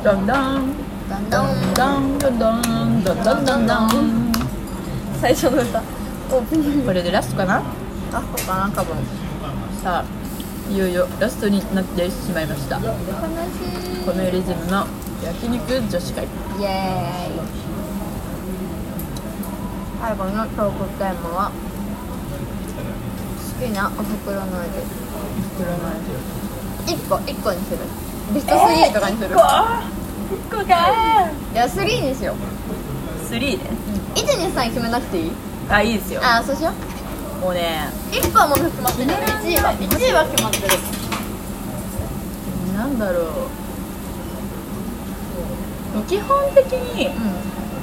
どんどんどんどどんんどんどんどんどんどんどん最初の歌オープニングこれでラストかなあそうかな多分さあいよいよラストになってしまいました悲しいこのリズムの焼肉女子会イエーイ最後のトークテーマは好きなお袋の味1個1個にするベスト3とかにする、 1個かいや3にしよう3ね123決めなくていいあいいですよああそうしようもうね1個はもう決まってる1位は1位は決まってるなんだろう基本的にう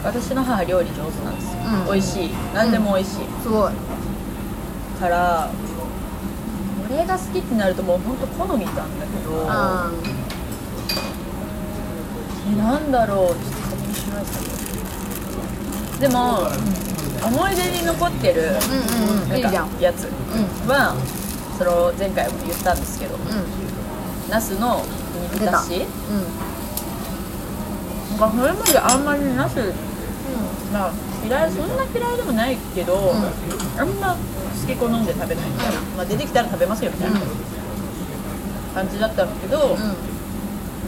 私の母料理上手なんですよ、うん美味しい何でも美味しい、んすごいからこれが好きってなるともうほんと好みなんだけどあえなんだろうちょっと確認しましたでも、思い出に残ってるーうんうんうんいいじゃなんんかやつうんはその前回も言ったんですけどうナスのん煮浸しうんなんかそれまであんまりナスまあ嫌いそんな嫌いでもないけど、あんま好き好んで食べないみたいな、まあ、出てきたら食べますよみたいな感じだったんだけど、うん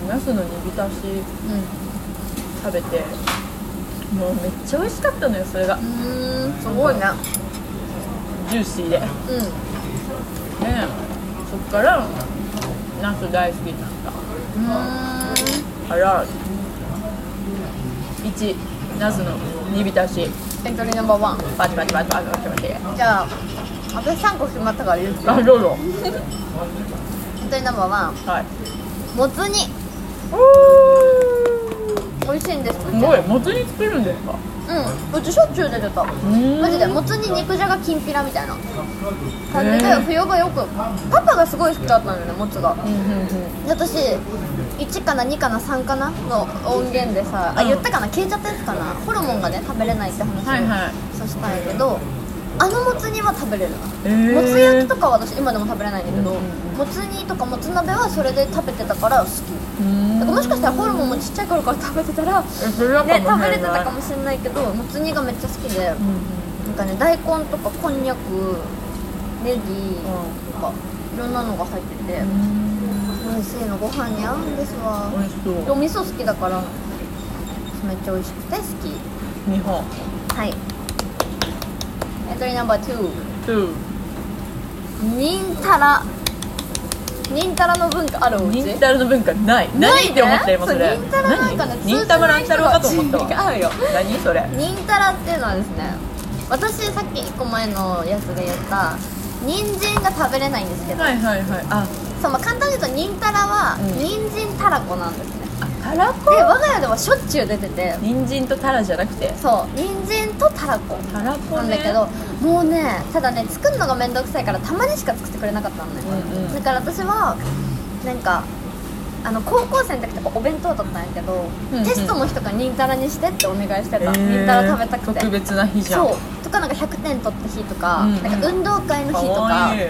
ナスの煮浸しう食べてもうめっちゃ美味しかったのよそれがんうんすごいねジューシーでねうんそっからナス大好きになったかうら1ナスの煮浸しんエントリーナンバーワンパチパチパチパチパチパチじゃあ私3個決まったから言うエンあどうぞトリーナンバーワンはいもつ煮お美味しいんですってーすごいもつ煮作るんですかうんうちしょっちゅう出てたママジでもつつ煮肉じゃがきんぴらみたいな感じへでー冬場よくパパがすごい好きだったんだよねもつがうんうんうんで私1かな2かな3かなの音源でさあうん言ったかな消えちゃったやつかなホルモンがね食べれないって話をはいはいさせたんやけどあのもつ煮は食べれるなえーもつ焼きとかは私今でも食べれないんだけど、うんうんうんもつ煮とかもつ鍋はそれで食べてたから好きうーんだからもしかしたらホルモンもちっちゃい頃から食べてたら、ね、えそれはかもしれな食べいれてたかもしれないけどもつ煮がめっちゃ好きでうんうんなんかね大根とかこんにゃくネギとかいろんなのが入ってて美味しいのご飯に合うんですわ美味しそお味噌好きだからめっちゃ美味しくて好きう日本はいエントリーナンバー2 2忍たら忍たらの文化あるお家忍たらの文化ないない何ねって思った今それそう忍たらなんかね何忍たま乱太郎かと思ったわ違うよ何それ忍たらっていうのはですね私さっき1個前のやつで言った人参が食べれないんですけど、はいはいはいあそうまあ簡単に言うと忍たらはうん人参たらこなんですね、たらで我が家ではしょっちゅう出てて人参とたらじゃなくてそう人参とたらこたらこなんだねけど、もうねただね作るのが面倒くさいからたまにしか作ってくれなかったのね、うんうんだから私はなんかあの高校生の時とかお弁当だったんやけど、うんうんテストの日とか忍たらにしてってお願いしてた、えー忍たら食べたくて特別な日じゃんそうとかなんか100点取った日とか,、うんうんなんか運動会の日とかわいい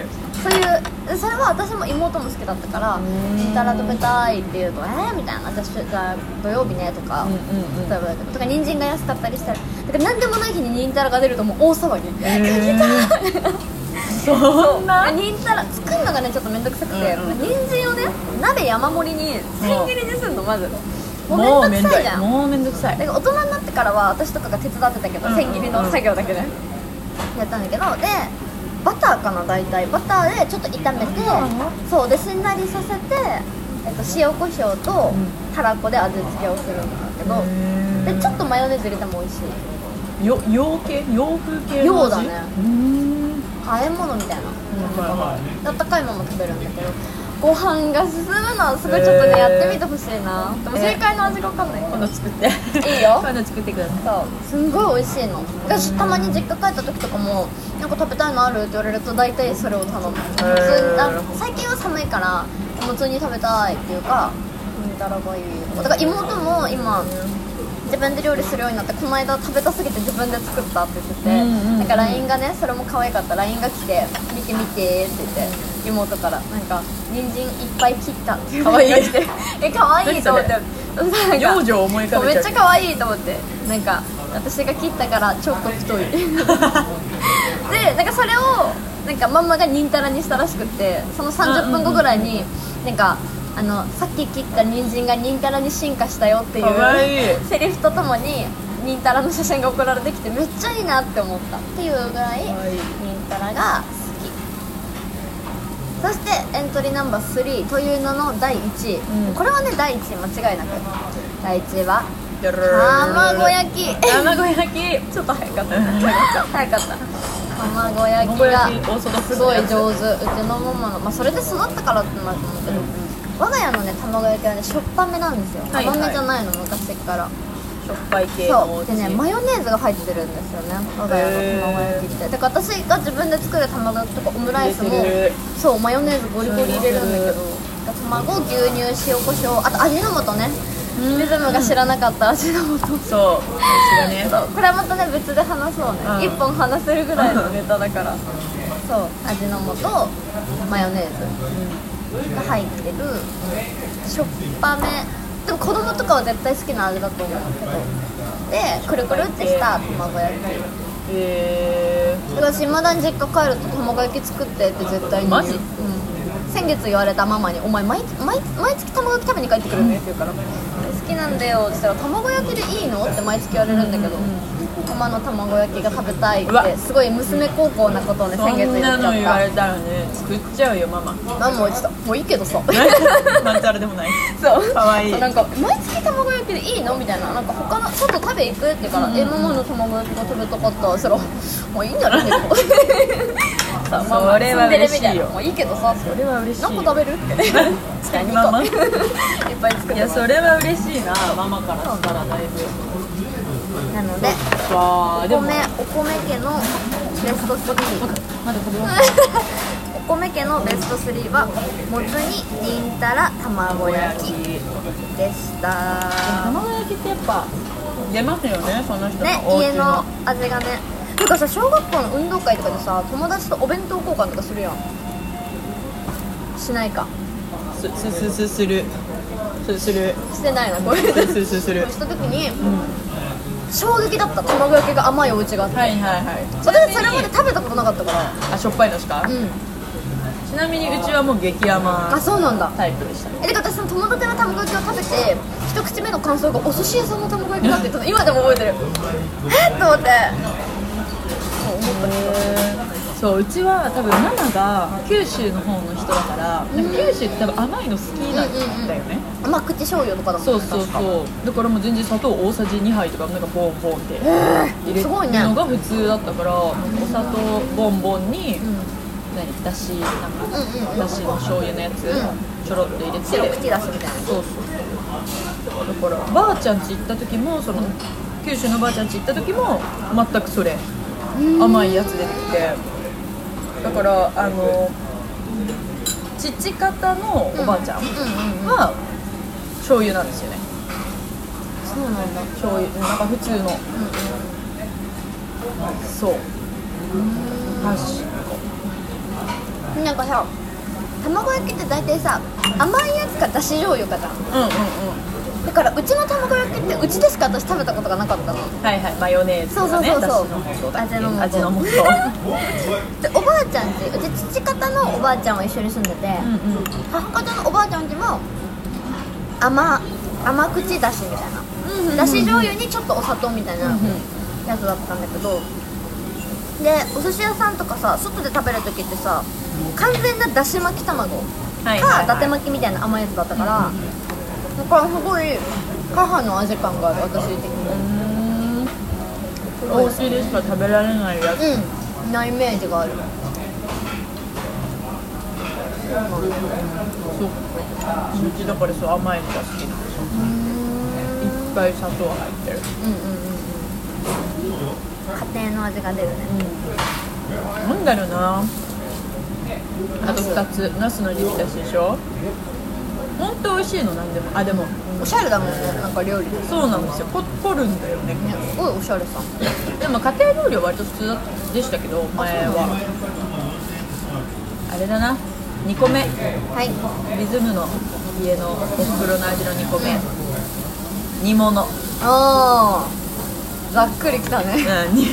そういうそれは私も妹も好きだったからん忍たら食べたいって言うと「えー?」みたいな「じゃあしゅじゃあ土曜日ね」とか、うんうんうん例えばだけどとか人参が安かったりしたらだから何でもない日に忍たらが出るともう大騒ぎえーそんな忍たら作るのがねちょっと面倒くさくて、うんうん人参をね鍋山盛りに千切りにするのまずももううめめんんどどくさいいじゃんだもうめんどくさいから大人になってからは私とかが手伝ってたけど、うんうんうん千切りの作業だけでやったんだけどでバターかな大体バターでちょっと炒めて、うそうでしんなりさせて、えっと、塩コショウとうんたらこで味付けをするんだけど、でちょっとマヨネーズ入れても美味しいよ洋系洋風系の洋味だねうーん和え物みたいなは温かいまま食べるんだけどご飯が進むのはすごいちょっとえね、ーやってみてほしいなでもえー正解の味が分かんないけど今度作っていい よ今度作ってくださいそうすんごい美味しいのだししたまに実家帰った時とかも「なんか食べたいのある?」って言われると大体それを頼む、普通にあ最近は寒いから普通に食べたいっていうかうんだらがいいだから妹も今自分で料理するようになってこの間食べたすぎて自分で作ったって言ってて、うんうんうんなんか LINE がねそれも可愛かった LINE が来て「見て見て」って 言って妹からなんか「人参いっぱい切った」っていう LINE が来てえ可愛いと思って何なんか幼女を思い浮かべめちゃっうちゃ可愛いと思ってなんか私が切ったからちょっと太い でなんかそれをなんかママが忍たらにしたらしくってその30分後ぐらいになんかあのさっき切った人参が忍たらに進化したよっていう可愛いセリフとともに忍たらの写真が送られてきてめっちゃいいなって思ったっていうぐら可い愛い忍たらが好きそしてエントリーナンバー3という名の第1位、うんこれはね第1位間違いなく第1位は卵卵焼き 卵焼きちょっと早かったね早かった卵焼き卵が焼きオーソドックスすごい手上手うちのママの、まあ、それで育ったからってなると思うけど、我が家のね卵焼きはねしょっぱめなんですよはい甘めじゃないの昔からしょっぱい系のおそう家でねマヨネーズが入ってるんですよね我が家の卵焼きってだから私が自分で作る卵焼きとかオムライスも入れてるそうマヨネーズゴリゴリ入れるんだけど卵牛乳塩コショウあと味の素ねうんリズムが知らなかった味の素そう私がねそうこれはまたね別で話そうね、うん一本話せるぐらいのネタだからそう味の素マヨネーズが入ってる、しょっぱめでも子供とかは絶対好きな味だと思うけどでくるくるってした卵焼きえ私いまだに実家帰ると卵焼き作ってって絶対に言マうジうん、先月言われたママに「お前毎月毎毎月卵焼き食べに帰ってくるね」って言うから「好きなんだよ」って言ったら「卵焼きでいいの?」って毎月言われるんだけど「ママの卵焼きが食べたい」っうわてすごい娘高校なことをねー、そ先月ん言なっちゃのっ言わたれたらね作っちゃうよマ マママもちょっと「もういいけどさ」まんざらでもないそうかわいいそうなんか毎月卵焼きでいいのみたいななんか他の外食べ行くって言うから「えママの卵焼きが食べたかった」そしたら「もういいんじ ゃない?」って言うそうママそれは嬉しいよツンデレみたなもういいけどさ」そそれは嬉しい何個食べ るって確かにママいっぱい作っていやますそれは嬉しいなママからしたらだいぶなのでわおあでも米お米家のベスト3まだ食べよ お米家のベスト3はもつにりんたら卵焼ききでした卵焼きってやっぱ出ますよねその人のねお家家のの味がねなんかさ小学校の運動会とかでさ友達とお弁当交換とかするやんしないかすすすすするすするしてないなこれしすすすするた時に、衝撃だった卵焼きが甘いお家があって、はいはいはい私それちなみまにで食べたことなかったからあしょっぱいのしかうんちなみにうちはもう激あ甘そうなんだタイプでしたえで私その友達の卵焼きを食べて一口目の感想がお寿司屋さんの卵焼きだって言ったの今でも覚えてるえっと思ってそう思ったそううちは多分ママが九州の方の人だからなんか九州って多分甘いの好きなんだよね甘口醤油とかだもんそうそう確かそうだからもう全然砂糖大さじ2杯とかなんかボンボンって入れするごいねのが普通だったからお砂糖ボンボンにうん何だしなんかうんうんうんだしの醤油のやつうちょろっと入れて白口だしみたいなそうそうだからばあちゃん家行った時もその九州のばあちゃん家行った時も全くそれ甘いやつ出てきてだからあの父方のおばあちゃんうんうんうんは醤油なんですよねそうなんだ醤油なんか普通のそう確かなんかさ卵焼きって大体さ甘いやつかだし醤油かじゃんうんうんうんだからうちの卵焼きってうちでしか私食べたことがなかったのはいはいマヨネーズそうとかそうねそうそうそうだっけ味の素味 の素でおばあちゃんちうち父方のおばあちゃんは一緒に住んでて、うんうん母方のおばあちゃんちも甘甘口だしみたいな、だし醤油にちょっとお砂糖みたいなやつだったんだけどでお寿司屋さんとかさ外で食べる時ってさ完全なだし巻き卵はいかはいは伊い達巻きみたいな甘いやつだったから、だからすごい母の味感がある私的にお家でしか食べられないやつうんなイメージがあるそうかうちだからそう甘いのが好きなんでしょいっぱい砂糖入ってるうんうんうんうん家庭の味が出るねなんだろうなあと2つナスの時期だしでしょ本当美味しいのなんでもあでもおしゃれだもんねなんか料理ねそうなんですよこ凝るんだよねすごいおしゃれさでも家庭料理は割と普通だでしたけど前はあれだな2個目はいリズムの家のお袋の味の2個目煮物、あーざっくりきたねうん、に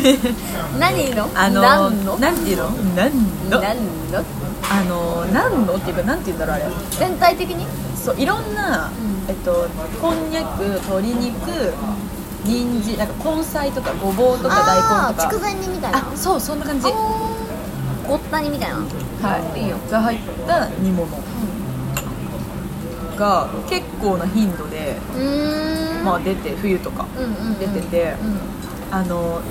何の あの何のなんていうのなんの何のあのなんのっていうかなんていうんだろうあれ全体的にそういろんな、うんえっと、こんにゃく鶏肉人参なんか根菜とかごぼうとか大あ根ーと筑か前煮みたいなあそうそんな感じはあーごった煮みたいな、いが入った煮物が結構な頻度で、うーん、まあ、出て冬とかうんうんうん出ててあの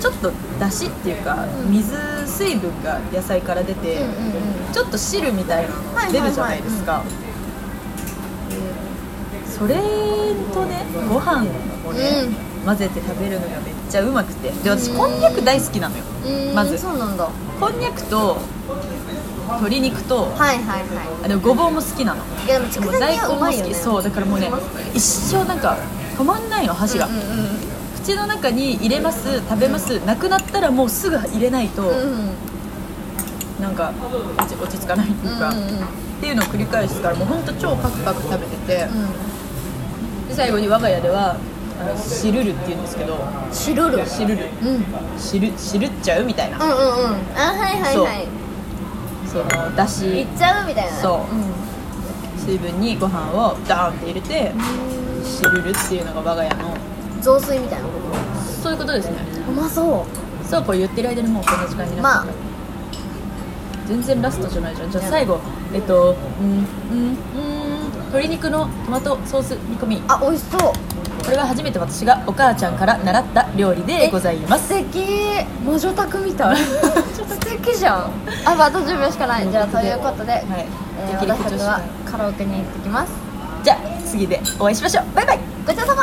ちょっとだしっていうかうん水水分が野菜から出て、うんうんうんうんちょっと汁みたいなの出るじゃないですか、それとねご飯をね、混ぜて食べるのがめっちゃうまくてで私うんこんにゃく大好きなのようんまずうーんそうなんだはこんにゃくと鶏肉といはいはあでもごぼうも好きなのいいやでもで筑も前大煮根はうもま好いよきねそうだからもうね一生なんか止まんないの箸が、うんう口の中に入れます食べますなくなったらもうすぐ入れないと、んうんうんなんか落ち落ち着かないっていうか、うんうんうんっていうのを繰り返すからもうほんと超パクパク食べてて、うで最後に我が家ではあのシルルっていうんですけどんしるるうんシルルうんうんうんシルシルっちゃうみたいな、あはいはいはいそのだいしっちゃうみたいなそうん水分にご飯をダーンって入れてシルルっていうのが我が家の雑炊みたいなそういうことですねうまそそうこう言ってる間にもうこんな時間にうなっまてある、全然ラストじゃないじゃんじゃあ最後えっとうんうんうん鶏肉のトマトソース煮込みあ美味しそうこれは初めて私がお母ちゃんから習った料理でございます素敵魔女宅 みたい素敵じゃんあまああと10秒しかないじゃあということで、はいえー激励私たちはカラオケに行ってきますじゃあ次でお会いしましょうバイバイごちそうさま